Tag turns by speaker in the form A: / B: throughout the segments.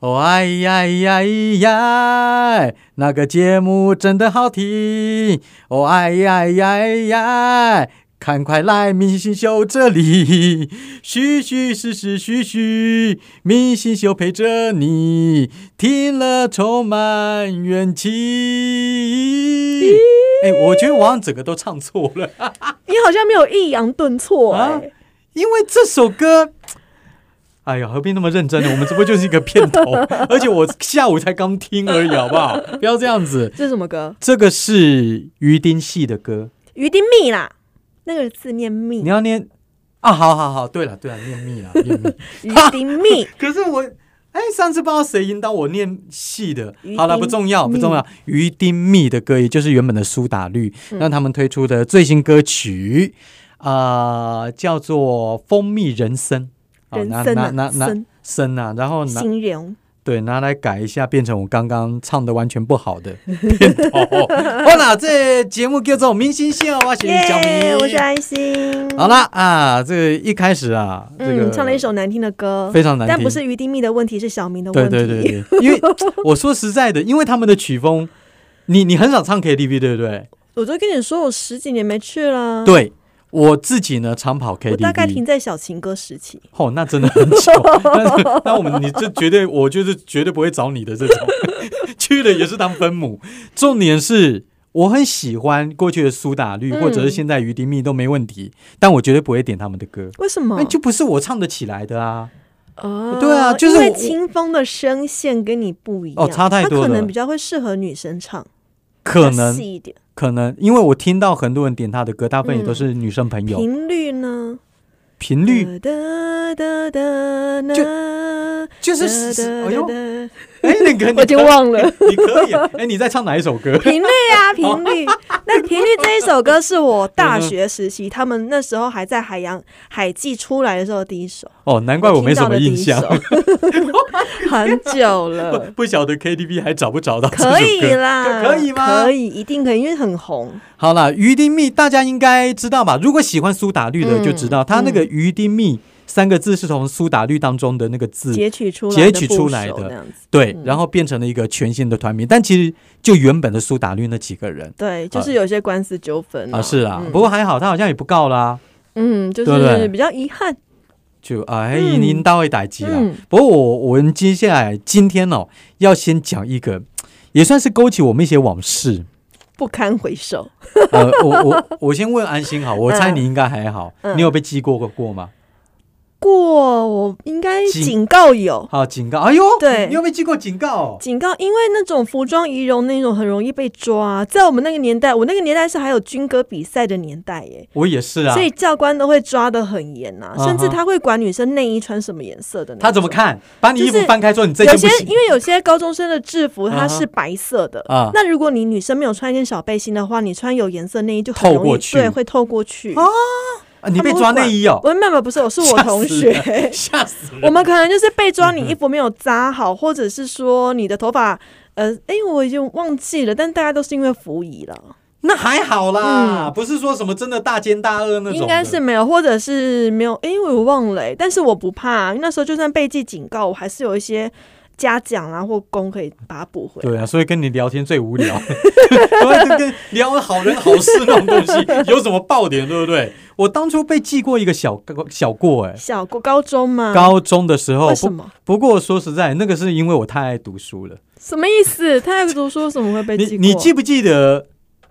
A: 哦哎呀呀咿呀，那个节目真的好听。哦哎呀呀咿呀，看快来明星秀这里，嘘嘘是是嘘嘘，明星秀陪着你，听了充满元气。哎、我觉得我好像整个都唱错了。
B: 你好像没有抑扬顿挫、哎、
A: 啊因为这首歌，哎呀，何必那么认真呢？我们这不就是一个片头？而且我下午才刚听而已，好不好？不要这样子。
B: 这是什么歌？
A: 这个是于丁系的歌，
B: 鱼丁蜜啦，那个字念蜜
A: 你，要念啊，好好好，对了对了，念蜜了，念蜜。
B: 鱼丁 蜜，
A: 可是我哎，上次不知道谁引导我念戏的
B: 于，
A: 好了，
B: 丁
A: 不重要，
B: 密
A: 不重要。于丁密的歌，也就是原本的苏打绿，
B: 嗯
A: 让他们推出的最新歌曲，啊，叫做《蜂蜜人参》。好
B: 人
A: 拿
B: 参
A: 拿
B: 啊
A: 拿拿
B: 参
A: 参啊，然后拿
B: 形容
A: 对，拿来改一下，变成我刚刚唱的完全不好的 片头。好啦，这节目叫做《明星秀》，我是小
B: 耶
A: 明，
B: 我是安心。
A: 好啦啊，这个一开始啊，这个、
B: 嗯，唱了一首难听的歌，
A: 非常难听，
B: 但不是于丁蜜的问题，是小明的问
A: 对
B: 题。
A: 对对对，因 为我说实在的，因为他们的曲风，你你很少唱 KTV 对不对？
B: 我就跟你说，我十几年没去了。，
A: 对我自己呢，常跑
B: 嗯我大概停
A: KTV。
B: 在小情歌时期。
A: 哦，那真的很 久，那那我们你这绝对，我就是绝对不会找你的这种， 去了也是当分母。重点是我很喜欢过去的苏打绿，
B: 嗯
A: 或者是现在于丁蜜都没问题，但我绝对不会点他们的歌，
B: 为什么
A: 那？哎就不是我唱得起来的啊。
B: 哦
A: 对啊就是
B: 因为
A: 我
B: 清风的声线跟你不一样，
A: 哦差太多了
B: 他可能比较会适合女生唱，
A: 可
B: 比较
A: 能
B: 细一点。
A: 可能，因为我听到很多人点他的歌，大部分也
B: 嗯
A: 都是女生朋友，
B: 频率呢？
A: 频率
B: 呃哒哒哒哒
A: 就
B: 哒
A: 就是
B: 哒
A: 是，哎
B: 哒
A: 呦，
B: 哒
A: 哎， 那个
B: 我已经 忘了
A: 你可以，哎，你在唱哪一首歌？
B: 频率 啊，频率。那频率这一首歌是我大学时期，他们那时候还在海洋海记出来的时候的第一首，
A: 哦，难怪我没什么印
B: 听
A: 象，
B: 到的第 一首，很久了
A: 不。不晓得 KTV 还找不找到这首歌。
B: 可以啦，
A: 可以吗
B: 可以，一定可以，因为很红。
A: 好了，鱼丁蜜大家应该知道吧？如果喜欢苏打绿的
B: 嗯
A: 就知道，他那个鱼丁蜜三个字是从苏打绿当中的那个字
B: 截取出来
A: 截
B: 的
A: 取
B: 部
A: 出来
B: 首
A: 的
B: 那样子。
A: 对
B: 嗯，
A: 然后变成了一个全新的团名。但其实就原本的苏打绿那几个人
B: 对，就
A: 啊
B: 是有一些官司纠纷
A: 啊，是啊
B: 嗯，
A: 不过还好，他好像也不告啦，
B: 嗯，就
A: 对不
B: 是
A: 对
B: 比较遗憾。
A: 就哎，
B: 嗯
A: 您到位打击啦。
B: 嗯，
A: 不过我我们接下来今天哦，要先讲一个，也算是勾起我们一些往事。
B: 不堪回首。
A: 呃，我我我先问安心好，我猜你应该还好，
B: 嗯
A: 你有被记过过过吗？
B: 过，我应该
A: 警
B: 警告有
A: 好，警告，哎呦，
B: 对
A: 你有被记过警告、哦？
B: 警告，因为那种服装仪容那种很容易被抓。在我们那个年代，我那个年代是还有军歌比赛的年代耶。
A: 我也是啊
B: 所，以教官都会抓得很严呐、
A: 啊哈
B: 甚至他会管女生内衣穿什么颜色的。
A: 他怎么？看？把你衣
B: 就
A: 服
B: 是
A: 翻开之后，你这
B: 有
A: 件
B: 些
A: 不行
B: 因为有些高中生的制服它
A: 啊哈
B: 是白色的
A: 啊
B: 那如果你女生没有穿一件小背心的话，你穿有颜色内衣就很
A: 透
B: 容易
A: 过去
B: 对会透过去。
A: 啊你被抓内衣哦，
B: 我妹妹不是，我是我
A: 吓
B: 同
A: 死。
B: 学
A: 吓死人！
B: 我们可能就是被抓，你衣服没有扎好，或者是说你的头发，呃，哎、我已经忘记了，但大家都是因为服役了，
A: 那还好啦，不是说什么真的大奸大恶那种的，
B: 嗯应该是没有，或者是没有，哎、我忘了、诶但是我不怕，因为那时候就算被记警告，我还是有一些嘉奖啦或功可以把它补回来。
A: 对啊，所以跟你聊天最无聊， 跟跟聊好人好事那种东西，有什么爆点，对不对？我当初被记过一个小小过、哎、
B: 小过高中嘛，
A: 高中的时候，
B: 嗯为什
A: 不
B: 么？
A: 不过说实在，那个是因为我太爱读书了。
B: 什么意思？他爱读书为什么会被
A: 你
B: 记过？
A: 你记不记得？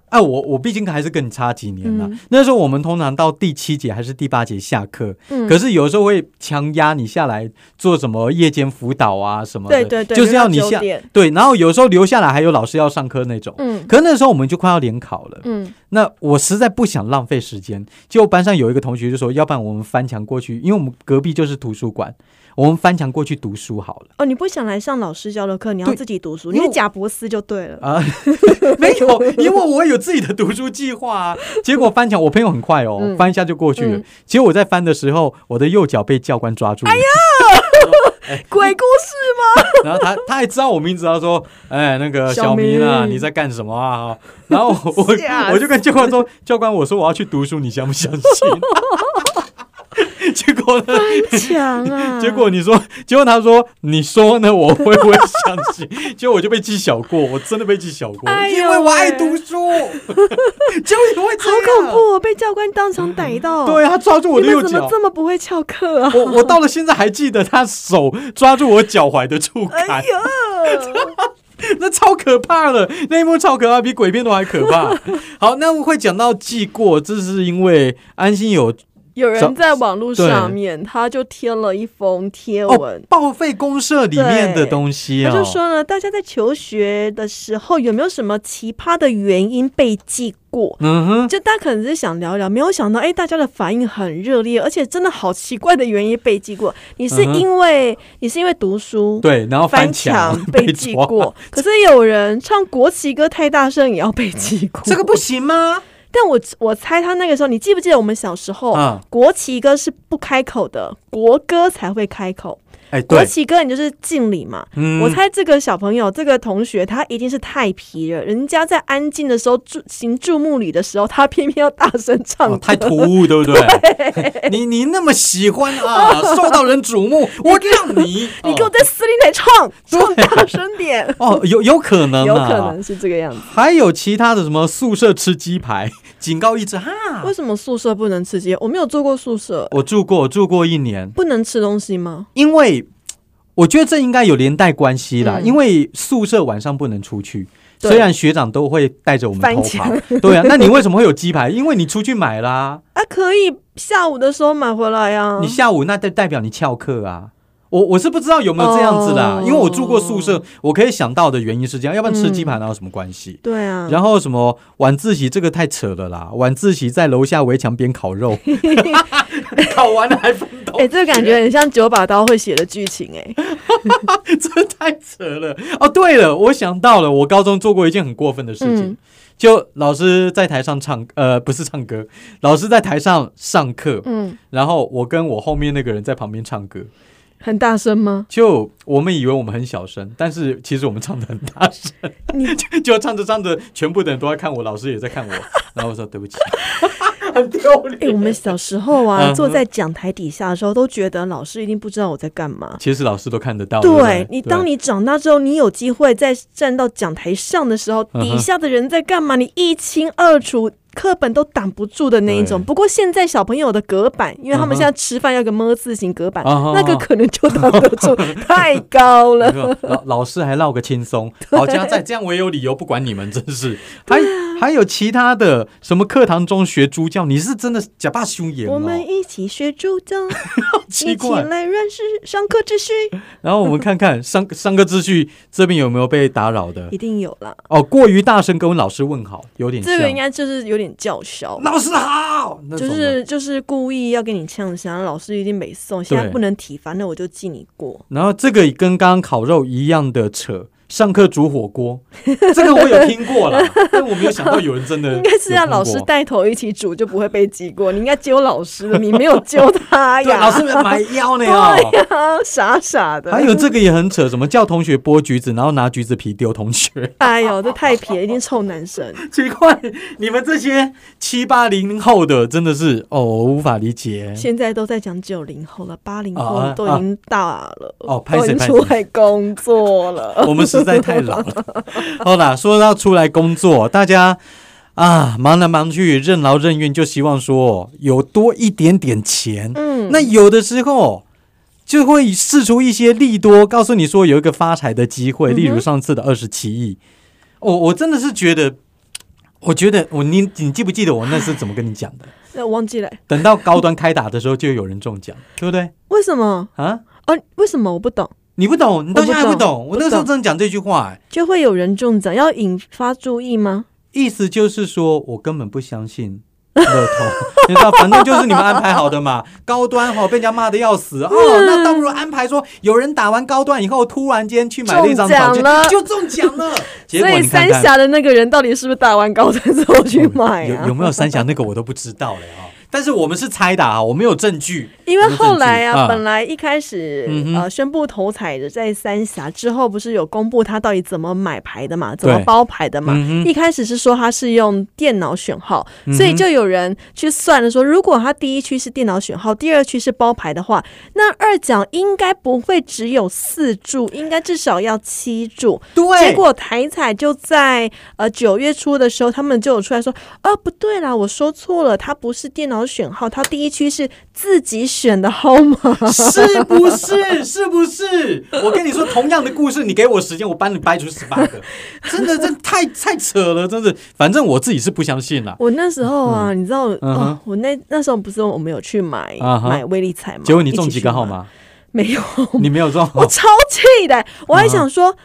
A: 啊，我我毕竟还是跟你差几年了、
B: 嗯
A: 那时候我们通常到第七节还是第八节下课，
B: 嗯
A: 可是有时候会强压你下来做什么夜间辅导啊什么的，
B: 对对对，
A: 就是要
B: 留
A: 你
B: 到九
A: 下
B: 点
A: 对，然后有时候留下来还有老师要上课那种。
B: 嗯
A: 可那时候我们就快要联考了，
B: 嗯，
A: 那我实在不想浪费时间，结果班上有一个同学就说，要不然我们翻墙过去，因为我们隔壁就是图书馆，我们翻墙过去读书好了。
B: 哦，你不想来上老师教的课，你要
A: 对
B: 自己读书，
A: 因
B: 你
A: 为
B: 是贾博士就对了。
A: 啊，没有，因为我有自己的读书计划 啊。结果翻墙，我朋友很快哦，
B: 嗯
A: 翻一下就过去了。
B: 嗯哎
A: 结果我在翻的时候，我的右脚被教官抓住了，
B: 鬼故事
A: 然后他他还知道我名字，他说：“哎，那个小
B: 小明
A: 明啊，你在干什么啊？”哈然后我
B: 吓
A: 我
B: 死
A: 我就跟教官说：“教官，我说我要去读书，你相不相信？” 结果呢？
B: 嗯强啊！
A: 结果你说，结果他说，你说呢？我会不会相信？ 结果我就被记小过，我真的被记小过，
B: 哎呦
A: 因为我爱
B: 喂
A: 读书， 就是会这
B: 好
A: 样。
B: 恐怖、哦，被教官当场逮到。
A: 啊对啊，他抓住我的
B: 你
A: 右
B: 们怎么
A: 脚，
B: 这么不会翘 课啊？
A: 我我到了现在还记得他手抓住我脚踝的触感，
B: 哎呦，
A: 那超可怕的，那一幕超可怕，比鬼片都还可怕。好，那我会讲到记过，这是因为安心有
B: 有人在网络上
A: 对
B: 面，他就贴了一封贴
A: 哦
B: 文。
A: 报废公社里面的东西
B: 他
A: 哦，
B: 就说呢，大家在求学的时候有没有什么奇葩的原因被记过？
A: 嗯哼，
B: 就大家可能是想聊一聊，没有想到，哎，大家的反应很热烈，而且真的好奇怪的原因被记过。你是
A: 嗯哼
B: 因为、你是因为读书
A: 对，然后哦翻
B: 墙
A: 墙
B: 被记
A: 抓，
B: 过，可是有人唱国旗歌太大声也要被记过。
A: 嗯这个不行吗？
B: 但我我猜他那个时候，你记不记得我们小时候，
A: 啊
B: 国旗歌是不开口的，国歌才会开口。
A: 哎，
B: 国
A: 对，
B: 旗歌你就是敬礼嘛。
A: 嗯
B: 我猜这个小朋友，这个同学，他一定是太皮了。人家在安静的时候注行注目礼的时候，他偏偏要大声唱歌、
A: 哦太突兀，对不对？你你那么喜欢啊，受到人瞩目，我让你，
B: 你给我
A: 哦
B: 在司令台 唱，唱大声点。
A: 哦，有有可能、啊，
B: 有可能是这个样子。
A: 还有其他的什么宿舍吃鸡排，警告一只哈。
B: 为什么宿舍不能吃鸡？我没有做过宿舍，
A: 我住过，我住过一年，
B: 不能吃东西吗？
A: 因为嘖我觉得这应该有连带关系啦，
B: 嗯
A: 因为宿舍晚上不能出去。
B: 对
A: 虽然学长都会带着我们
B: 翻
A: 偷
B: 墙
A: 跑，对啊，那 你为什么会有鸡排？因为你出去买啦，
B: 啊，可以下午的时候买回来呀、啊
A: 你。下午那代代表你翘课啊。我我是不知道有没有这样子啦，
B: 哦
A: 因为我住过宿舍，我可以想到的原因是这样，要不然吃鸡排哪有什么关系？
B: 对啊，
A: 然后什么晚自习这个太扯了啦，晚自习在楼下围墙边烤 肉， 烤完了还分头
B: 哎、这个感觉很像九把刀会写的剧情哎、
A: 这太扯了哦！对了，我想到了，我高中做过一件很过分的事情，
B: 嗯
A: 就老师在台上唱，呃，不是唱歌，老师在台上上课，
B: 嗯，
A: 然后我跟我后面那个人在旁边唱歌，
B: 很大声吗？
A: 就我们以为我们很小声，但是其实我们唱的很大声，
B: 你
A: 就就唱着唱着，全部的人都在看我，老师也在看我，然后我说对不起，很丢
B: 哎、
A: 脸。
B: 我们小时候啊，
A: 嗯
B: 坐在讲台底下的时候，都觉得老师一定不知道我在干嘛。
A: 其实老师都看得到，对不
B: 对
A: 对
B: 你，
A: 哦对啊
B: 当你长大之后，你有机会再站到讲台上的时候，
A: 嗯哼
B: 底下的人在干嘛，你一清二楚，课本都挡不住的那一种。
A: 对
B: 不过现在小朋友的隔板，因为他们
A: 嗯哼
B: 现在吃饭要个么字形隔板，
A: 啊哈
B: 那个可能就挡得住，太高了
A: 没。错老老师还闹个轻松，好家在这样我也有理由不管你们，真是。还还有其他的什么课堂中学猪叫，你是真的假扮凶言
B: 我
A: 哦，
B: 们一起学猪叫，
A: 奇
B: 一起
A: 怪。
B: 来认识上课秩序，
A: 然后我们看看上上个秩序这边有没有被打扰的
B: 一定有啦。
A: 哦，过于大声跟老师问好，有点像
B: 这个应该就是有点叫嚣，
A: 老师好，那
B: 就
A: 种的
B: 是就是故意要跟你呛声，老师一定没送，现在不能体罚，那我就记你过。
A: 然后这个跟刚刚烤肉一样的扯。上课煮火锅，这个我有听过 啦，但我没有想到有人真的
B: 应该是
A: 有
B: 让
A: 碰
B: 老师
A: 过
B: 带头一起煮，就不会被记过。你应该揪老师的，你没有揪他
A: 对
B: 呀，
A: 老师买腰呢哦，
B: 啊傻傻的。
A: 还有，这个也很扯，什么叫同学剥橘子，然后拿橘子皮丢同学？
B: 哎呦，这太撇，一定臭男生。
A: 奇怪，你们这些七八零后的真的是哦，我无法理解。
B: 现在都在讲九零后了，八零
A: 哎啊啊
B: 后都已经大了，
A: 哦拍
B: 都已
A: 谁
B: 经
A: 拍
B: 出
A: 谁
B: 来工作了。
A: 我们实在太老了。 好啦，说到出来工作，大家啊忙来忙去，任劳任怨，就希望说有多一点点钱。
B: 嗯，
A: 那有的时候就会试出一些利多，告诉你说有一个发财的机会，
B: 嗯哼
A: 例如上次的二十七亿。我、我真的是觉得，我觉得我你你记不记得我那是怎么跟你讲 的？
B: 那我忘记了，
A: 等到高端开打的时候，就有人中奖，对不对
B: 为什么？
A: 啊？
B: 啊，为什么我不懂？
A: 你不懂，你到现在还
B: 我
A: 不
B: 不懂
A: 懂。我那时候真的讲这句话、哎
B: 就会有人中奖，要引发注意吗？
A: 意思就是说我根本不相信。乐透， 你知道，反正就是你们安排好的嘛。高端哈、被人家骂的要死哦，
B: 嗯
A: 那倒不如安排说，有人打完高端以后，突然间去买了一张
B: 中
A: 保
B: 奖
A: 健
B: 了
A: 就中奖 了。结
B: 所
A: 果
B: 以
A: 你看
B: 三
A: 看，
B: 峡的那个人到底是不是打完高端之后去买
A: 有
B: 啊？
A: 有没有三峡那个我都不知道嘞啊、哦。但是我们是猜的啊，我没有证据。
B: 因为后
A: 那证据
B: 来
A: 啊
B: 啊，本来一开始
A: 嗯哼
B: 呃宣布头彩的在三峡之后，不是有公布他到底怎么买牌的嘛，怎么
A: 对
B: 包牌的嘛
A: 嗯？哼嗯
B: 一开始是说他是用电脑选号，所以就有人去算了说，如果他第一区是电脑选号，第二区是包牌的话，那二奖应该不会只有四注，应该至少要七注。
A: 对，
B: 结果台彩就在呃九月初的时候，他们就有出来说，啊不对啦，我说错了，它不是电脑选号，它第一区是自己选的号码。
A: 是不是？是不是？我跟你说，同样的故事，你给我时间，我帮你掰出十八个，真的，这太太扯了，真的。反正我自己是不相信啦。
B: 我那时候啊，你知道，
A: 嗯哼
B: 哦，我那那时候不是我们有去买、
A: 啊哈
B: 买威力彩吗？
A: 结果你中几个号
B: 一起去买？
A: 码？哦
B: 没有，
A: 你没有中。
B: 我超气的，我还
A: 啊
B: 想说。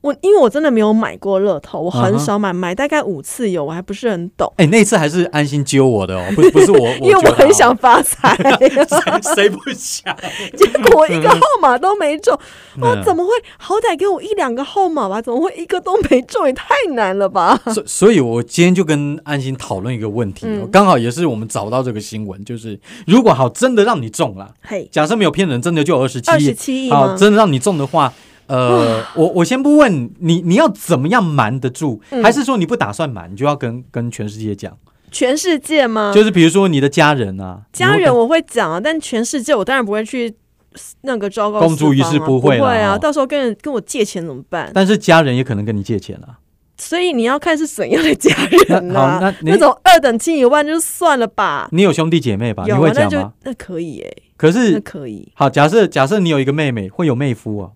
B: 我因为我真的没有买过乐透，我
A: 啊
B: 很少买，买大概五次有，我还不是很懂，
A: 哎、那一次还是安心揪我的哦， 不是不是我，
B: 因为
A: 揪
B: 我
A: 他
B: 很
A: 哦
B: 想，发财，啊
A: 谁 谁不 想？
B: 结果我一个号码都没 中，哦
A: 嗯，
B: 怎么会？好歹给我一两个号码吧，怎么会一个都没中？也太难了吧！
A: 所所以，我今天就跟安心讨论一个问题、哦，
B: 嗯
A: 刚好也是我们找到这个新闻，就是如果好真的让你中了，
B: 嘿，
A: 假设没有骗人，真的就有二十七
B: 二
A: 亿
B: 十，七亿
A: 好，
B: 吗？嗯
A: 真的让你中的话，呃，我我先不问你，你要怎么样瞒得住，
B: 嗯
A: 还是说你不打算瞒，你就要跟跟全世界讲，
B: 全世界吗？
A: 就是比如说你的家人啊，
B: 嗯家
A: 你会
B: 人
A: 跟。
B: 我会讲啊，但全世界我当然不会去那个昭告
A: 公诸于
B: 四方
A: 世
B: 啊
A: 不
B: 不
A: 会啦
B: 啊，
A: 哦
B: 到时候跟人跟我借钱怎么办？
A: 但是家人也可能跟你借钱啊，
B: 所以你要看是怎样的家人
A: 那好
B: 呐、
A: 那
B: 啊，
A: 你
B: 那种二等亲一万就算了吧。
A: 你有兄弟姐妹吧？你
B: 有
A: 会
B: 啊，那
A: 讲
B: 就
A: 吗？
B: 那可以哎、
A: 可
B: 那
A: 是
B: 可以，
A: 好，假设假设你有一个妹妹，会有妹夫哦，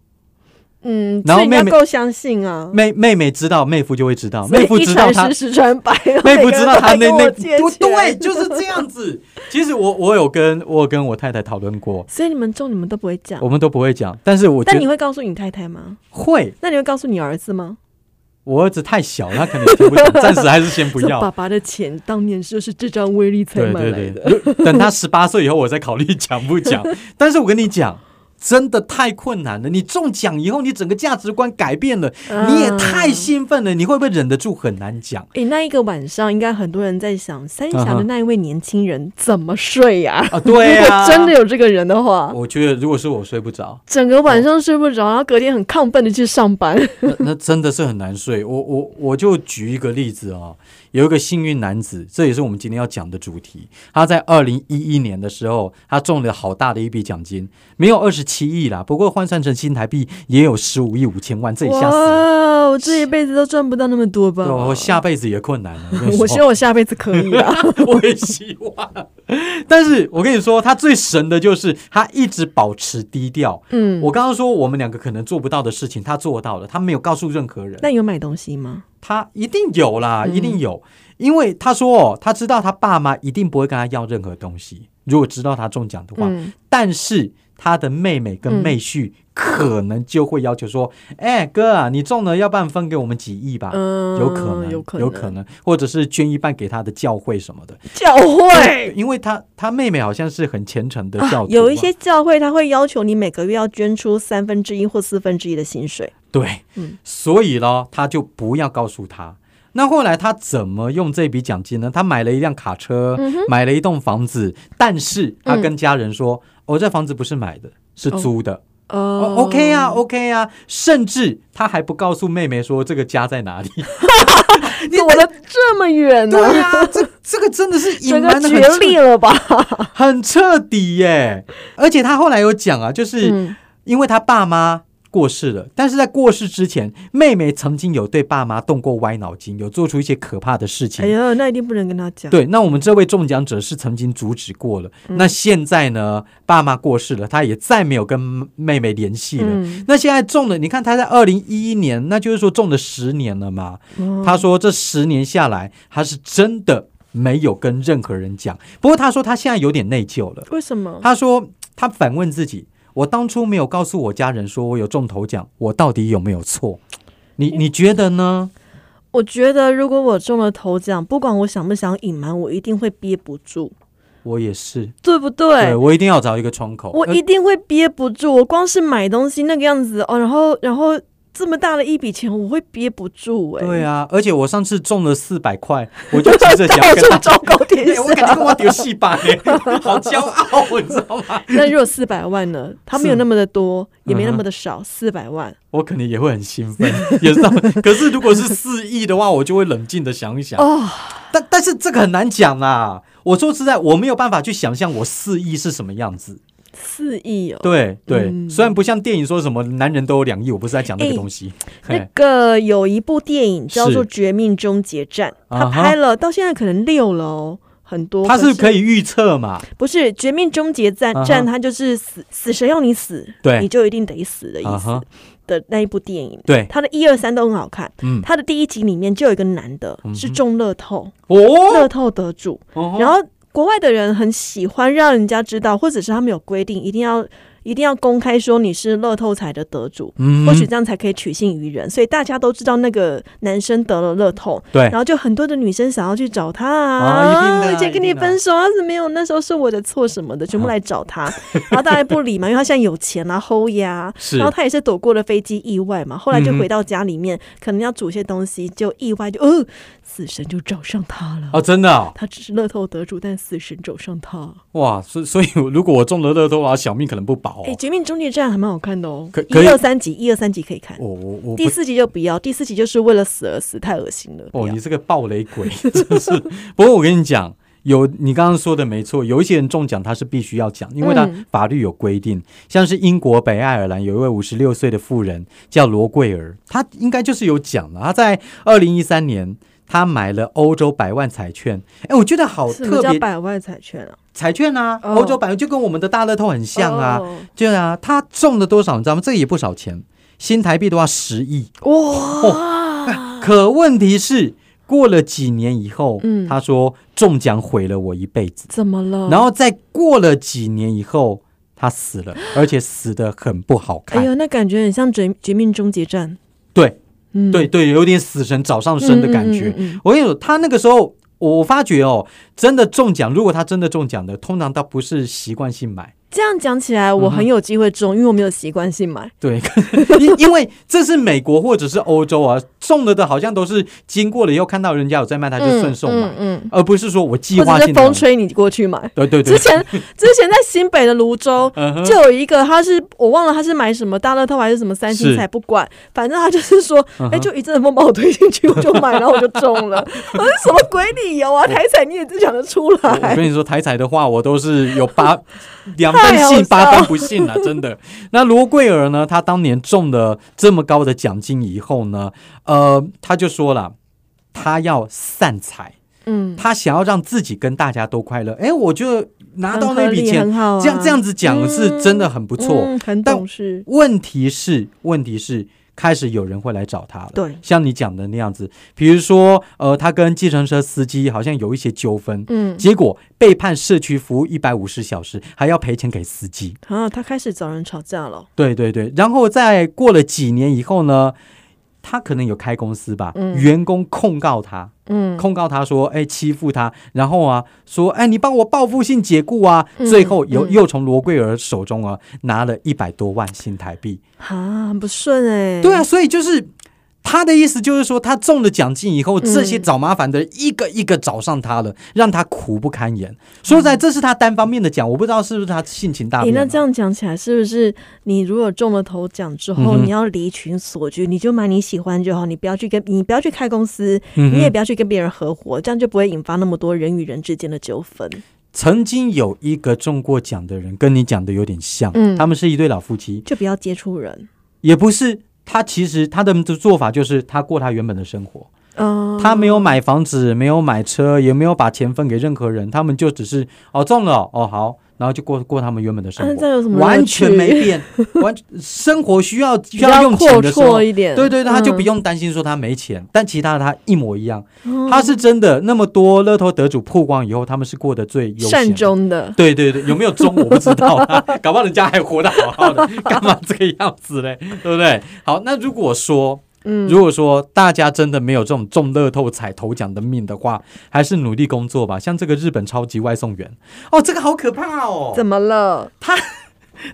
B: 嗯，
A: 然后
B: 所以你要
A: 妹妹
B: 够相信啊。
A: 妹妹妹知道，妹夫就会知道，
B: 所以
A: 妹夫
B: 一
A: 知道
B: 传
A: 他
B: 十，十传百，
A: 妹夫知道他那
B: 每个人都
A: 那
B: 来跟
A: 对，就
B: 我借钱
A: 是这样子。其实我我有跟我有跟我太太讨论过，
B: 所以你们中你们都不会讲
A: 我，们都不会讲，但是我觉
B: 嗯但你
A: 得
B: 会告诉你太太吗？
A: 会。
B: 那你会告诉你儿子吗？
A: 我儿子太小了，他可能也听不懂，暂时还是先不
B: 说
A: 要
B: 爸。爸的钱当年就是这张威力才
A: 对
B: 买来的。
A: 对对，等他十八岁以后，我再考虑讲不 讲。但是我跟你讲，真的太困难了。你中奖以后，你整个价值观改变了，
B: 啊
A: 你也太兴奋了，你会不会忍得住？很难讲。
B: 诶，那一个晚上，应该很多人在想，三峡
A: 嗯
B: 的
A: 哼
B: 那一位年轻人怎么睡呀、
A: 啊 对
B: 如
A: 啊
B: 果 真的有这个人的话，
A: 我觉得，如果是我睡不着，
B: 整个晚上睡不着，然后隔天很亢奋的去上班。
A: 那那真的是很难睡。我我我就举一个例子哦，有一个幸运男子，这也是我们今天要讲的主题。他在二零一一年的时候，他中了好大的一笔奖金，没有二十七亿啦，不过换算成新台币也有十五亿五千万，这也吓死了。
B: 哇，我这一辈子都赚不到那么多吧
A: 对，？我下辈子也困难了。跟你说
B: 我希望我下辈子可以啊。
A: 我也希望。但是我跟你说，他最神的就是他一直保持低调。
B: 嗯，
A: 我刚刚说我们两个可能做不到的事情，他做到了，他没有告诉任何人。
B: 那有买东西吗？
A: 他一定有啦，
B: 嗯
A: 一定有，因为他说哦，他知道他爸妈一定不会跟他要任何东西，如果知道他中奖的话，
B: 嗯，
A: 但是他的妹妹跟妹婿可能就会要求说，哎、哥啊，你中了，要不然分给我们几亿吧。
B: 嗯
A: 啊有可能，
B: 有可能，
A: 有可能，或者是捐一半给他的教会什么的。
B: 教会。
A: 因为他他妹妹好像是很虔诚的教徒嘛、
B: 啊
A: 啊
B: 有一些教会，他会要求你每个月要捐出三分之一或四分之一的薪水。
A: 对，
B: 嗯
A: 所以呢，他就不要告诉他。那后来他怎么用这笔奖金呢？他买了一辆卡车，
B: 嗯
A: 买了一栋房子，但是他跟家人说：“我、哦、这房子不是买的，是租的。哦
B: 嗯哦
A: o k 啊，OK 啊，甚至他还不告诉妹妹说这个家在 哪里。
B: 躲得这么远呢、
A: 对啊，这这个真的是隐
B: 整个
A: 瞒的
B: 决
A: 很彻
B: 裂了吧？
A: 很彻底耶。而且他后来有讲啊，就是、
B: 嗯
A: 因为他爸妈过世了，但是在过世之前，妹妹曾经有对爸妈动过歪脑筋，有做出一些可怕的事情。
B: 哎呀，那一定不能跟他讲。
A: 对，那我们这位中奖者是曾经阻止过了，
B: 嗯
A: 那现在呢，爸妈过世了，他也再没有跟妹妹联系了。
B: 嗯
A: 那现在中了，你看他在二零一一年，那就是说中了十年了嘛。
B: 哦
A: 他说这十年下来，他是真的没有跟任何人讲。不过他说他现在有点内疚了，
B: 为什么？
A: 他说他反问自己：我当初没有告诉我家人说我有中头奖，我到底有没有错？你你觉得呢？
B: 我觉得如果我中了头奖，不管我想不想隐瞒，我一定会憋不住，
A: 我也是，
B: 对不
A: 对
B: 对？
A: 我一定要找一个窗口。
B: 我
A: 呃
B: 一定会憋不住。我光是买东西那个样子哦，然后然后这么大的一笔钱，我会憋不住哎、
A: 啊对啊，而且我上次中了四百块，我就急着想要
B: 到
A: 跟
B: 处
A: 他
B: 昭告点
A: 哎我
B: 是
A: 感觉
B: 啊。
A: 我丢戏吧呢， 好骄傲，你知道 吗？
B: 那如果四百万呢？它没有那么的多，也没那
A: 嗯
B: 么的少，四百万。
A: 我肯定也会很兴奋， 也是。可是如果是四亿的话，我就会冷静的想一想。
B: 哦
A: 但但是这个很难讲啦。我说实在，我没有办法去想象我四亿是什么样子。
B: 四亿哦。
A: 对对，
B: 嗯
A: 虽然不像电影说什么男人都有两亿，我不是在讲那个
B: 哎
A: 东西。
B: 那
A: 嘿
B: 个有一部电影叫做
A: 是
B: 《绝命终结战》，
A: 啊
B: 它
A: 哈
B: 拍了到现在可能六了哦，很多。
A: 它是
B: 以。
A: 可以预测嘛？
B: 不是《绝命终结战》
A: 啊哈
B: 战，它就是死死神要你死，
A: 对
B: 你就一定得死的意
A: 啊
B: 思
A: 哈，
B: 的那一部电影。
A: 对，
B: 它的一二三都很好看。
A: 嗯，
B: 它的第一集里面就有一个男的
A: 嗯哼
B: 是中乐透，
A: 哦，
B: 乐透得主，
A: 然
B: 然后国外的人很喜欢让人家知道，或者是他们有规定一定要一定要公开说你是乐透彩的得主。
A: 嗯
B: 或许这样才可以取信于人，所以大家都知道那个男生得了乐透，
A: 对
B: 然后就很多的女生想要去找他
A: 啊一定的啊
B: 而且跟
A: 一
B: 你
A: 定的啊
B: 分手啊，怎么有那时候是我的错什么的，全部来找他，然后大家不理嘛，因为他现在有钱啊，齁呀，
A: 是
B: 然后他也是躲过了飞机意外嘛，后来就
A: 嗯哼
B: 回到家里面，可能要煮些东西，就意外就哦，死神就找上他了。
A: 哦，真的哦
B: 他只是乐透得主，但死神找上他。
A: 哇！所以所以，如果我中了乐透啊，小命可能不保
B: 哎、
A: 哦。
B: 绝命终结战》还蛮好看的哦
A: 可，
B: 一
A: 可以
B: 二三集，一二三集可以看。
A: 我我我不
B: 第四集就不要，第四集就是为了死而死，太恶心了。不
A: 哦，
B: 要
A: 你这个暴雷鬼 真是。不过我跟你讲，有你刚刚说的没错，有一些人中奖他是必须要讲，因为他
B: 嗯
A: 法律有规定。像是英国北爱尔兰有一位五十六岁的妇人叫罗桂儿，她应该就是有奖了。她在二零一三年。她买了欧洲百万彩券，哎，我觉得好
B: 什么
A: 特
B: 叫
A: 别，
B: 百万彩券啊？
A: 彩券啊，
B: 哦
A: 欧洲百万就跟我们的大乐透很像啊，
B: 哦
A: 对啊，她中了多少你知道吗？这个也不少钱，新台币的话十亿，
B: 哦哇，
A: 可问题是，过了几年以后，
B: 嗯哦
A: 他说中奖毁了我一辈子。
B: 怎么了？
A: 哦然后再过了几年以后，他死了，而且死的很不好
B: 哦哎
A: 看。
B: 呦，那感觉很像《绝绝命终结战》。
A: 对
B: 嗯，
A: 对对，有点死神找上身的感觉。
B: 嗯嗯嗯嗯
A: 我跟你说，他那个时候。我发觉哦，真的中奖，如果他真的中奖的，通常他不是习惯性买，
B: 这样讲起来，我很有机会中，因为我没有习惯性买。
A: 对， 因因为这是美国或者是欧洲啊，中了的好像都是经过了以后看到人家有在卖，他就顺手买，
B: 嗯，
A: 而不是说我计
B: 嗯
A: 划
B: 或者
A: 性
B: 是
A: 地买
B: 风吹你过去买。
A: 对对对
B: 之，前之前在新北的泸州。
A: 嗯哼
B: 就有一个，他是我忘了他是买什么大乐透还是什么三星
A: 是
B: 彩，不管，反正他就是说，
A: 嗯
B: 哎、
A: 哼
B: 就一阵风把我推进去，我就买，然后我就中了。我说什么鬼理由啊？台彩你也只讲得 出
A: 我我
B: 来？
A: 跟你说，台彩的话，我都是有 八两分信，八分不信了， 真的。那罗桂儿呢？她当年中了这么高的奖金以后呢，呃，她就说了，她要散财，
B: 嗯，
A: 她想要让自己跟大家都快乐。哎，我觉得拿到那笔钱
B: 很，好、啊，
A: 这样这样子讲
B: 嗯
A: 是真的很不错。
B: 嗯很
A: 但
B: 懂事。
A: 问题是，问题是开始有人会来找他了。
B: 对
A: 像你讲的那样子，比如说，呃，他跟计程车司机好像有一些纠纷，
B: 嗯
A: 结果被判社区服务一百五十小时，还要赔钱给司机。
B: 啊，他开始找人吵架了。
A: 对对对，然后在过了几年以后呢，他可能有开公司吧，
B: 嗯
A: 员工控告他，
B: 嗯，
A: 控告他说，哎，欺负他，然后啊，说，哎，你帮我报复性解雇啊，
B: 嗯
A: 最后又
B: 嗯
A: 又从罗桂儿手中啊拿了一百多万新台币。
B: 啊，很不顺哎、
A: 对啊，所以就是他的意思，就是说他中了奖金以后，
B: 嗯
A: 这些找麻烦的人一个一个找上他了，让他苦不堪言。说实在，这是他单方面的讲，我不知道是不是他性情大
B: 诶
A: 变啊。
B: 那这样讲起来，是不是你如果中了头奖之后，
A: 嗯哼
B: 你要离群索居，你就买你喜欢就好，你不要去跟你不要去开公司，
A: 嗯哼
B: 你也不要去跟别人合伙，这样就不会引发那么多人与人之间的纠纷。
A: 曾经有一个中过奖的人，跟你讲的有点像，
B: 嗯
A: 他们是一对老夫妻，
B: 就不要接触人。
A: 也不是。他其实他的做法就是他过他原本的生活，
B: 嗯、
A: 他没有买房子，没有买车，也没有把钱分给任何人，他们就只是哦中了哦好，然后就过过他们原本的生活
B: 啊，这有什么乐趣
A: 完全没变， 完生活需要需
B: 比
A: 要
B: 较
A: 用钱
B: 阔
A: 的时候
B: 绰。一点。
A: 对对对，他就不
B: 嗯
A: 用担心说他没钱，但其他的他一模一样。
B: 嗯
A: 他是真的那么多乐透得主曝光以后，他们是过得最悠闲的
B: 善。终的。
A: 对对对，有没有中我不知道啦， 搞不好人家还活得好好的，干嘛这个样子嘞？对不对？好，那如果说
B: 嗯，
A: 如果说大家真的没有这种中乐透彩头奖的命的话，还是努力工作吧。像这个日本超级外送员，哦，这个好可怕哦！
B: 怎么了？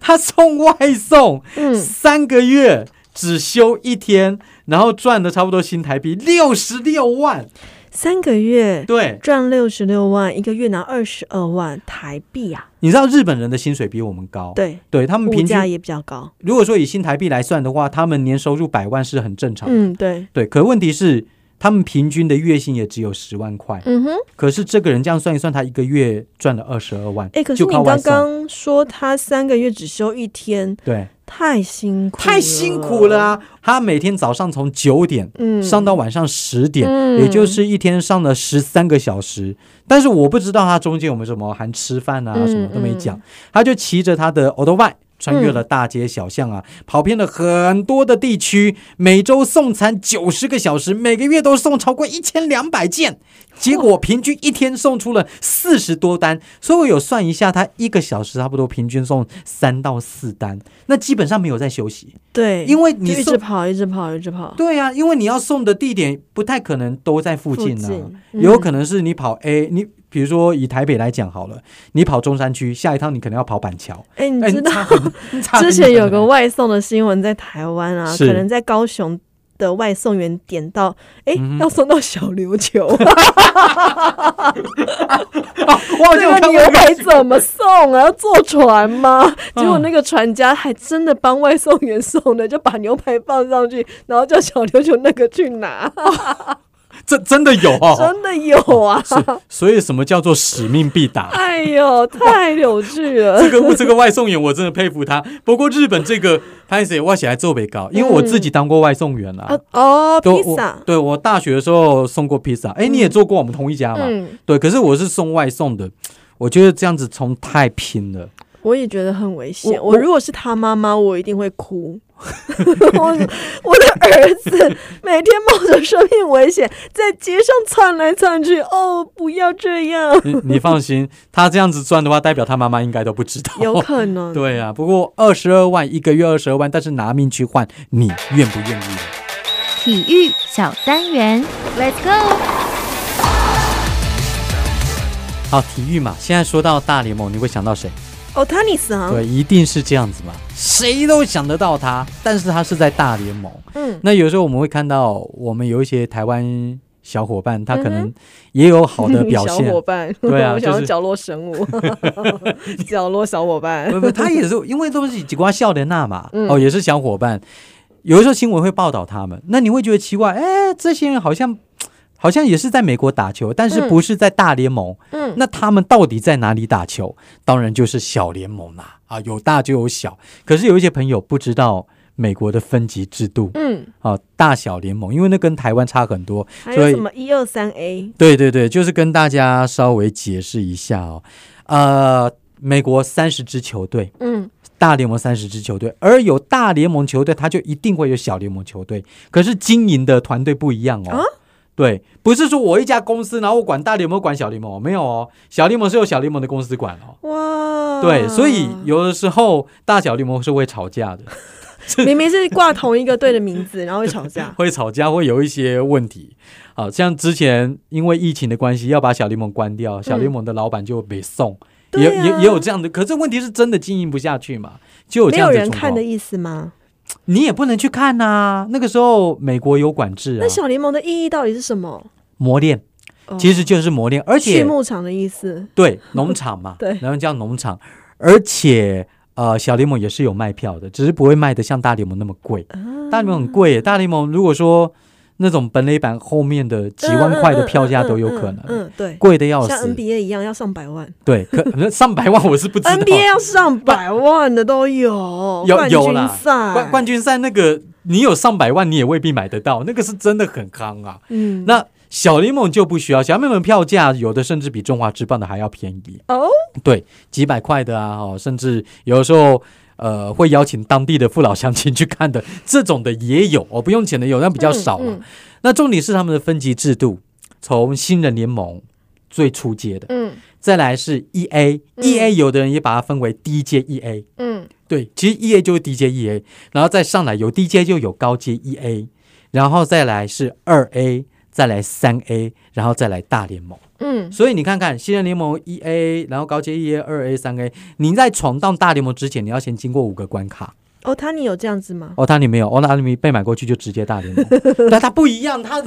A: 他送外送
B: 嗯，
A: 三个月只休一天，然后赚的差不多新台币六十六万，
B: 三个月
A: 对，
B: 赚六十六万，一个月拿二十二万台币啊！
A: 你知道日本人的薪水比我们高，
B: 对，
A: 对哦他们
B: 物
A: 平
B: 价
A: 均，
B: 也比较高。
A: 如果说以新台币来算的话，他们年收入百万是很正常的。
B: 嗯，对，
A: 对，可问题是他们平均的月薪也只有十万块，
B: 嗯哼，
A: 可是这个人这样算一算，他一个月赚了二十二万，
B: 哎，可是
A: 就
B: 你
A: 靠外
B: 刚
A: 送
B: 刚说他三个月只休一天，
A: 对，
B: 太辛苦，
A: 太辛苦了！啊！他每天早上从九点
B: 嗯，
A: 上到晚上十点，
B: 嗯
A: 也就是一天上了十三个小时。但是我不知道他中间有没有什么含吃饭啊，
B: 嗯嗯
A: 什么都没讲。他就骑着他的 o t o b i 穿越了大街小巷啊，跑遍了很多的地区，每周送餐九十个小时，每个月都送超过一千两百件，结果平均一天送出了四十多单，所以我有算一下，他一个小时差不多平均送三到四单，那基本上没有在休息，
B: 对，
A: 因为你
B: 就一
A: 送
B: 直跑，一直跑，一直跑，
A: 对呀、因为你要送的地点不太可能都在附近啊呢、
B: 近嗯
A: 也有可能是你跑 A，、你比如说以台北来讲好了，你跑中山区，下一趟你可能要跑板桥。
B: 哎、你
A: 哎
B: 知道、
A: 差很 你差很
B: 之前
A: 远
B: 有个
A: 欸
B: 外送的新闻在台湾啊，
A: 是
B: 可能在高雄的外送员点到，哎、
A: 嗯哼
B: 要送到小琉球，啊
A: 哦， 我好像
B: 这
A: 有看
B: 个
A: 过
B: 牛
A: 那
B: 排
A: 个嗯
B: 怎么送啊？要坐 船吗？结果那个船家还真的帮外送员送的，就把牛排放上去，然后叫小琉球那个去拿，
A: 这真的有哦。
B: 真的有啊！
A: 是，所以什么叫做使命必 达？
B: 哎呦，太有趣了。
A: 这个这个外送员我真的佩服他。不过日本这个潘谁我写来做北高，因为我自己当过外送员
B: 啊
A: 啦。
B: 嗯哦，
A: 都
B: 披
A: 我
B: 萨，
A: 对我大学的时候送过披萨，哎，你也做过我们同一家嘛？
B: 嗯，
A: 对，可是我是送外送的，我觉得这样子冲太拼了。
B: 我也觉得很危险。
A: 我
B: 我如果是他妈妈，我一定会 哭。我我的儿子每天冒着生命危险在街上窜来窜去，哦，不要这样，
A: 你你放心，他这样子赚的话，代表他妈妈应该都不知道。
B: 有可能。
A: 对啊，不过二十二万一个月，二十二万，但是拿命去换，你愿不愿意？
C: 体育小单元，Let's go！
A: 好，体育嘛，现在说到大联盟，你会想到谁？
B: 哦，他尼斯啊，
A: 对，一定是这样子嘛，谁都想得到他，但是他是在大联盟。
B: 嗯，
A: 那有时候我们会看到，我们有一些台湾小伙伴，他可能
B: 嗯
A: 也有好的表现
B: 小，伙伴，
A: 对啊
B: 我想
A: 就
B: 要
A: 是
B: 角落 生物，角落小伙伴，
A: 不不，他也是因为都是几瓜笑莲娜嘛，
B: 嗯
A: 哦，也是小伙伴。有的时候新闻会报道他们，那你会觉得奇怪，哎，这些人好像好像也是在美国打球，但是
B: 嗯
A: 不是在大联盟？
B: 嗯，
A: 那他们到底在哪里打球？当然就是小联盟啦、啊，有大就有小。可是有一些朋友不知道美国的分级制度
B: 嗯，
A: 啊，大小联盟，因为那跟台湾差很多，
B: 还
A: 所
B: 有
A: 以
B: 什么一二三 A，
A: 对对对，就是跟大家稍微解释一下哦。呃，美国三十支球队，
B: 嗯
A: 大联盟三十支球队，而有大联盟球队，它就一定会有小联盟球队。可是经营的团队不一样哦。
B: 啊
A: 对，不是说我一家公司，然后我管大联盟管小联盟哦，没有哦，小联盟是由小联盟的公司管哦。
B: 哇，
A: 对，所以有的时候大小联盟是会吵架 的，。
B: 明明是挂同一个队的名字，然后会吵架
A: 会吵架，会有一些问题。好像之前因为疫情的关系，要把小联盟关掉，小联盟的老板就被送，
B: 嗯对
A: 也
B: 啊
A: 也也有这样的。可是问题是真的经营不下去嘛，就有这
B: 没
A: 样
B: 有
A: 的
B: 人
A: 状
B: 看
A: 况
B: 的意思吗？
A: 你也不能去看呐、那个时候美国有管制啊
B: 那，小联盟的意义到底是什么？
A: 磨练
B: 哦
A: 其实就是磨练，而
B: 畜
A: 且
B: 牧场的意思。
A: 对农场嘛，
B: 对
A: 然后叫农场，而且呃小联盟也是有卖票的，只是不会卖的像大联盟那么贵，
B: 啊
A: 大联盟很贵耶，大联盟如果说那种本垒版后面的几万块的票价都有可
B: 嗯嗯嗯
A: 能，
B: 嗯，对，
A: 贵的要
B: 像
A: 死，
B: NBA 一样要上百万
A: 对，可上百万我是不知道。
B: ，NBA 要上百万的都有，
A: 有
B: 冠
A: 有
B: 军
A: 啦
B: 赛，
A: 冠冠军赛那个，你有上百万，你也未必买得到，那个是真的很夯啊。
B: 嗯，
A: 那小联盟就不需要，小联盟票价有的甚至比中华职棒的还要便宜，
B: 哦，
A: 对，几百块的啊，哦，甚至有的时候。呃，会邀请当地的父老乡亲去看的，这种的也有哦，不用钱的有，但比较少了、
B: 嗯
A: 那重点是他们的分级制度，从新人联盟最初阶的，
B: 嗯
A: 再来是 E A，E、A 有的人也把它分为低阶 E A，
B: 嗯
A: 对，其实 E A 就是 D J E A，然后再上来有 D J 就有高阶 E A，然后再来是二 A，再来三 A，然后再来大联盟。
B: 嗯
A: 所以你看看新人联盟 E A，然后高阶 E A、二 A、三 A，你在闯荡大联盟之前，你要先经过五个关卡。
B: 嗯哦，他你有这样子吗？
A: 哦，他你没有，哦，那你被买过去就直接大联 盟，但他不一样，他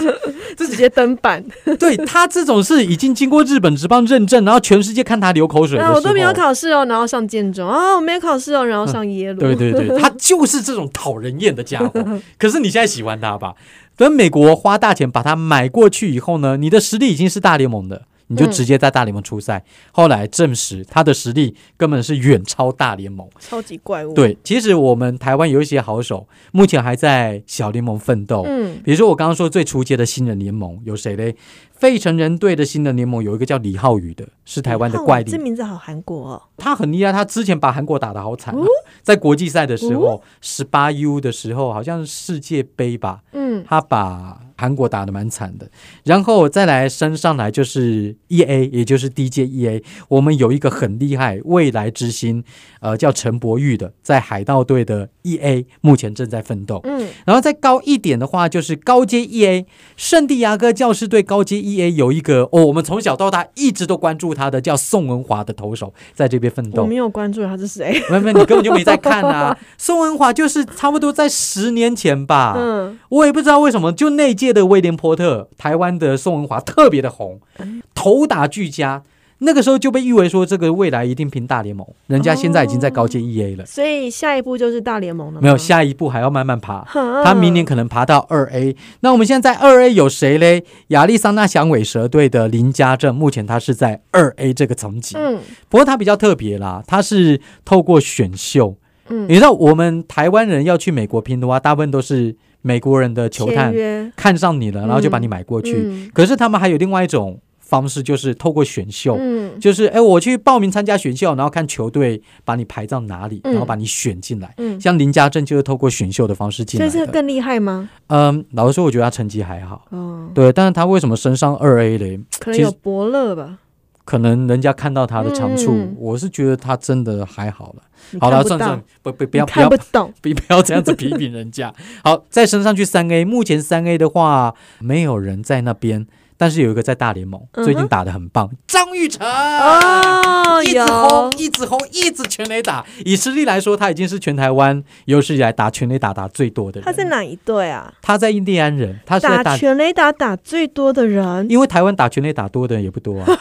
B: 直接 登板，
A: 对他这种是已经经过日本职棒认证，然后全世界看他流口水的时
B: 啊，
A: 候，
B: 我都没有考试哦，然后上建中啊，我没有考试哦，然后上耶鲁，
A: 对 对对，他就是这种讨人厌的家伙。可是你现在喜欢他吧？等美国花大钱把他买过去以后呢，你的实力已经是大联盟的，你
B: 嗯
A: 就直接在大联盟出赛。后来证实他的实力根本是远超大联盟。
B: 超级怪物，，
A: 对，其实我们台湾有一些好手，目前还在小联盟奋斗。
B: 嗯，
A: 比如说我刚刚说最初阶的新人联盟有谁嘞？费城人队的新人联盟有一个叫李浩宇的，是台湾的怪力
B: 这名字好韩国哦，
A: 他很厉害，他之前把韩国打得好惨、啊，在国际赛的时候，十八 U 的时候，好像是世界杯吧，
B: 嗯，
A: 他把韩国打得蛮惨的。然后再来升上来就是 E A，也就是 D J E A，我们有一个很厉害未来之星，呃，叫陈柏宇的，在海盗队的 E A 目前正在奋斗。
B: 嗯，
A: 然后再高一点的话，就是高阶 E A，圣地亚哥教士队高阶 E A 有一个哦，我们从小到大一直都关注他的叫宋文华的投手，在这边奋
B: 我
A: 斗。
B: 没有关注他是谁，
A: 没有没有，你根本就没在看 啊！宋文华就是差不多在十年前吧，
B: 嗯，
A: 我也不知道为什么，就那届的威廉波特，台湾的宋文华特别的红，
B: 嗯
A: 头打俱佳。那个时候就被誉为说这个未来一定拼大联盟，人家现在已经在高阶 EA 了，
B: 所以下一步就是大联盟了，嗯
A: 没有， 下一步还要慢慢爬。
B: 哼
A: 他明年可能爬到二 A。那我们现在在二 A 有谁嘞？亚利桑那响尾蛇队的林家正，目前他是在二 A 这个层级。
B: 嗯
A: 不过他比较特别啦，他是透过选秀。
B: 嗯
A: 你知道我们台湾人要去美国拼的话，大部分都是美国人的球
B: 嗯签
A: 探
B: 约
A: 看上你了，然后就把你买过去。
B: 嗯
A: 可是他们还有另外一种方式，就是透过选秀。
B: 嗯
A: 就是哎，我去报名参加选秀，然后看球队把你排到哪里，
B: 嗯
A: 然后把你选进来。
B: 嗯，
A: 像林家正就是透过选秀的方式进
B: 所
A: 来
B: 以这
A: 的
B: 个。更厉害吗？
A: 嗯，老实说，我觉得他成绩还好。
B: 哦，
A: 对，但是他为什么升上二 A 嘞？
B: 可
A: 其
B: 能
A: 实
B: 有伯乐吧，
A: 可能人家看到他的长处，
B: 嗯嗯嗯
A: 我是觉得他真的还好了。
B: 你
A: 好
B: 看
A: 了，
B: 不
A: 算
B: 到
A: 算，，不不不
B: 你
A: 要不
B: 看
A: 要
B: 不 懂，
A: 不不要这样子批评人家。 好，再升上去三 A，目前三 A 的话没有人在那边，但是有一个在大联盟，
B: 嗯哼
A: 最近打得很棒，张玉成。
B: 哦，
A: 啊一直
B: 有
A: 轰，一直轰，一直全垒打。以实力来说，他已经是全台湾有史以来打全垒打打最多的人。
B: 他在？哪一队啊？
A: 他在印第安人，他是在
B: 打
A: 打
B: 全垒打打最多的人，
A: 因为台湾打全垒打多的人也不多啊，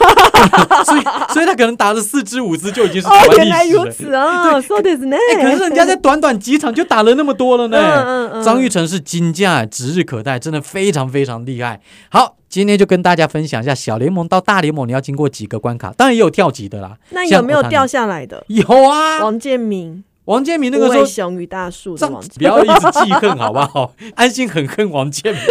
A: 所以所以他可能打了四支五支就已经是台
B: 哦，
A: 湾
B: 原来
A: 历史
B: 如
A: 了。
B: 此哦，そうですね。
A: 哎、可是人家在短短几场就打了那么多了
B: 嗯
A: 呢。
B: 嗯嗯，
A: 张玉成是金价指日可待，真的非常非常厉害。好，今天就跟大家分享一下小联盟到大联盟你要经过几个关卡，当然也有跳级的 啦。
B: 那
A: 像
B: 有没有
A: 我看
B: 掉下来的？
A: 有啊，
B: 王建民、
A: 王建民那
B: 吴
A: 个时
B: 伟
A: 候
B: 雄与大树
A: 这样
B: 的王建
A: 不要一直记恨好不好？安心很恨王建民，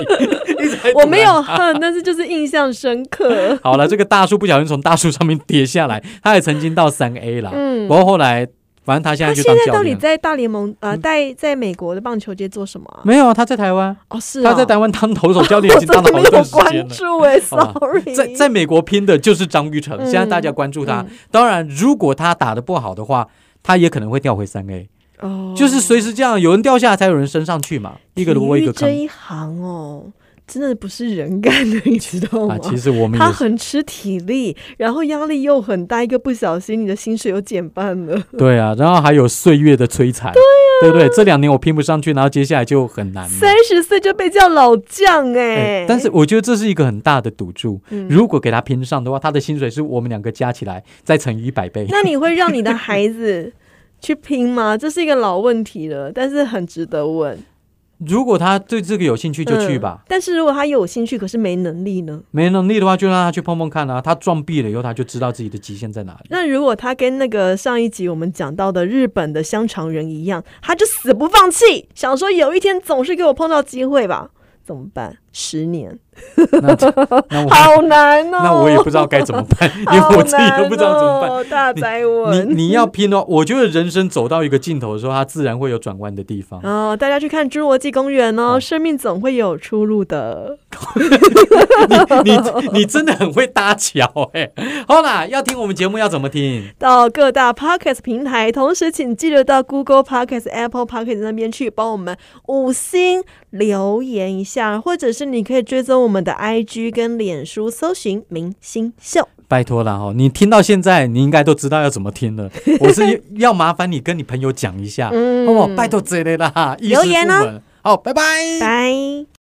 A: 一直在
B: 民，我没
A: 堵拦
B: 有恨，但是就是印象深
A: 。
B: 刻
A: 好了，这个大树不小心从大树上面跌下来，他也曾经到三 A 啦。
B: 嗯
A: 不过后来，反正他啊现
B: 他
A: 在就
B: 现
A: 当
B: 在
A: 教
B: 到底
A: 练了。
B: 在大联盟呃，
A: 嗯
B: 在在美国的棒球界做什么啊？
A: 没有，他在台湾，
B: 哦，是
A: 他
B: 啊，
A: 在台湾当投手教练已
B: 我
A: 经
B: 真
A: 当了好一
B: 的没
A: 段
B: 有
A: 时间
B: 关
A: 了。
B: 注哎
A: 好吧
B: ，sorry。
A: 在在美国拼的就是张玉成，
B: 嗯
A: 现在大家关注他
B: 嗯。
A: 当然，如果他打得不好的话，他也可能会掉回三 A，
B: 哦，
A: 就是随时这样，有人掉下来才有人升上去嘛，一个萝卜一个
B: 体育这
A: 坑
B: 一行哦，真的不是人干的，你知道吗
A: 啊。？其实我们
B: 他
A: 也
B: 很吃体力，然后压力又很大，一个不小心你的薪水又减半了，
A: 对啊，然后还有岁月的摧残，
B: 啊
A: 对不对？这两年我拼不上去，然后接下来就很难了。
B: 三十岁就被叫老将哎、
A: 哎但是我觉得这是一个很大的赌注。
B: 嗯
A: 如果给他拼上的话，他的薪水是我们两个加起来再乘以一百倍。
B: 那你会让你的孩子去拼吗？这是一个老问题了，但是很值得问。
A: 如果他对这个有兴趣，就去吧嗯
B: 嗯。但是如果他有兴趣，可是没能力呢？
A: 没能力的话，就让他去碰碰看啊。他撞壁了以后，他就知道自己的极限在哪 里。
B: 那如果他跟那个上一集我们讲到的日本的香肠人一样，他就死不放弃，想说有一天总是给我碰到机会吧？怎么办？十年，
A: 那那我
B: 好难 哦！
A: 那我也不知道该怎么办， 因为我自己都不知道怎么 办。
B: 办。大宅
A: 你
B: 文，
A: 你要拼哦！我觉得人生走到一个尽头的时候，它自然会有转弯的地 方。
B: 哦，大家去看《侏罗纪公园》哦，
A: 好
B: 生命总会有出路的。
A: 你你真的很会搭桥 哎、好啦，要听我们节目要怎么听？
B: 到各大 podcast 平台，同时请记得到 Google Podcast、Apple Podcast 那边去帮我们五星留言一下，或者是你可以追踪我们的 IG 跟脸书，搜寻“明星秀
A: 拜托了哈，你听到现在，你应该都知道要怎么听了。 我是要麻烦你跟你朋友讲一下，
B: 嗯
A: 哦，拜托这类啦，
B: 留言哦
A: 呢，好，拜拜。
B: 拜。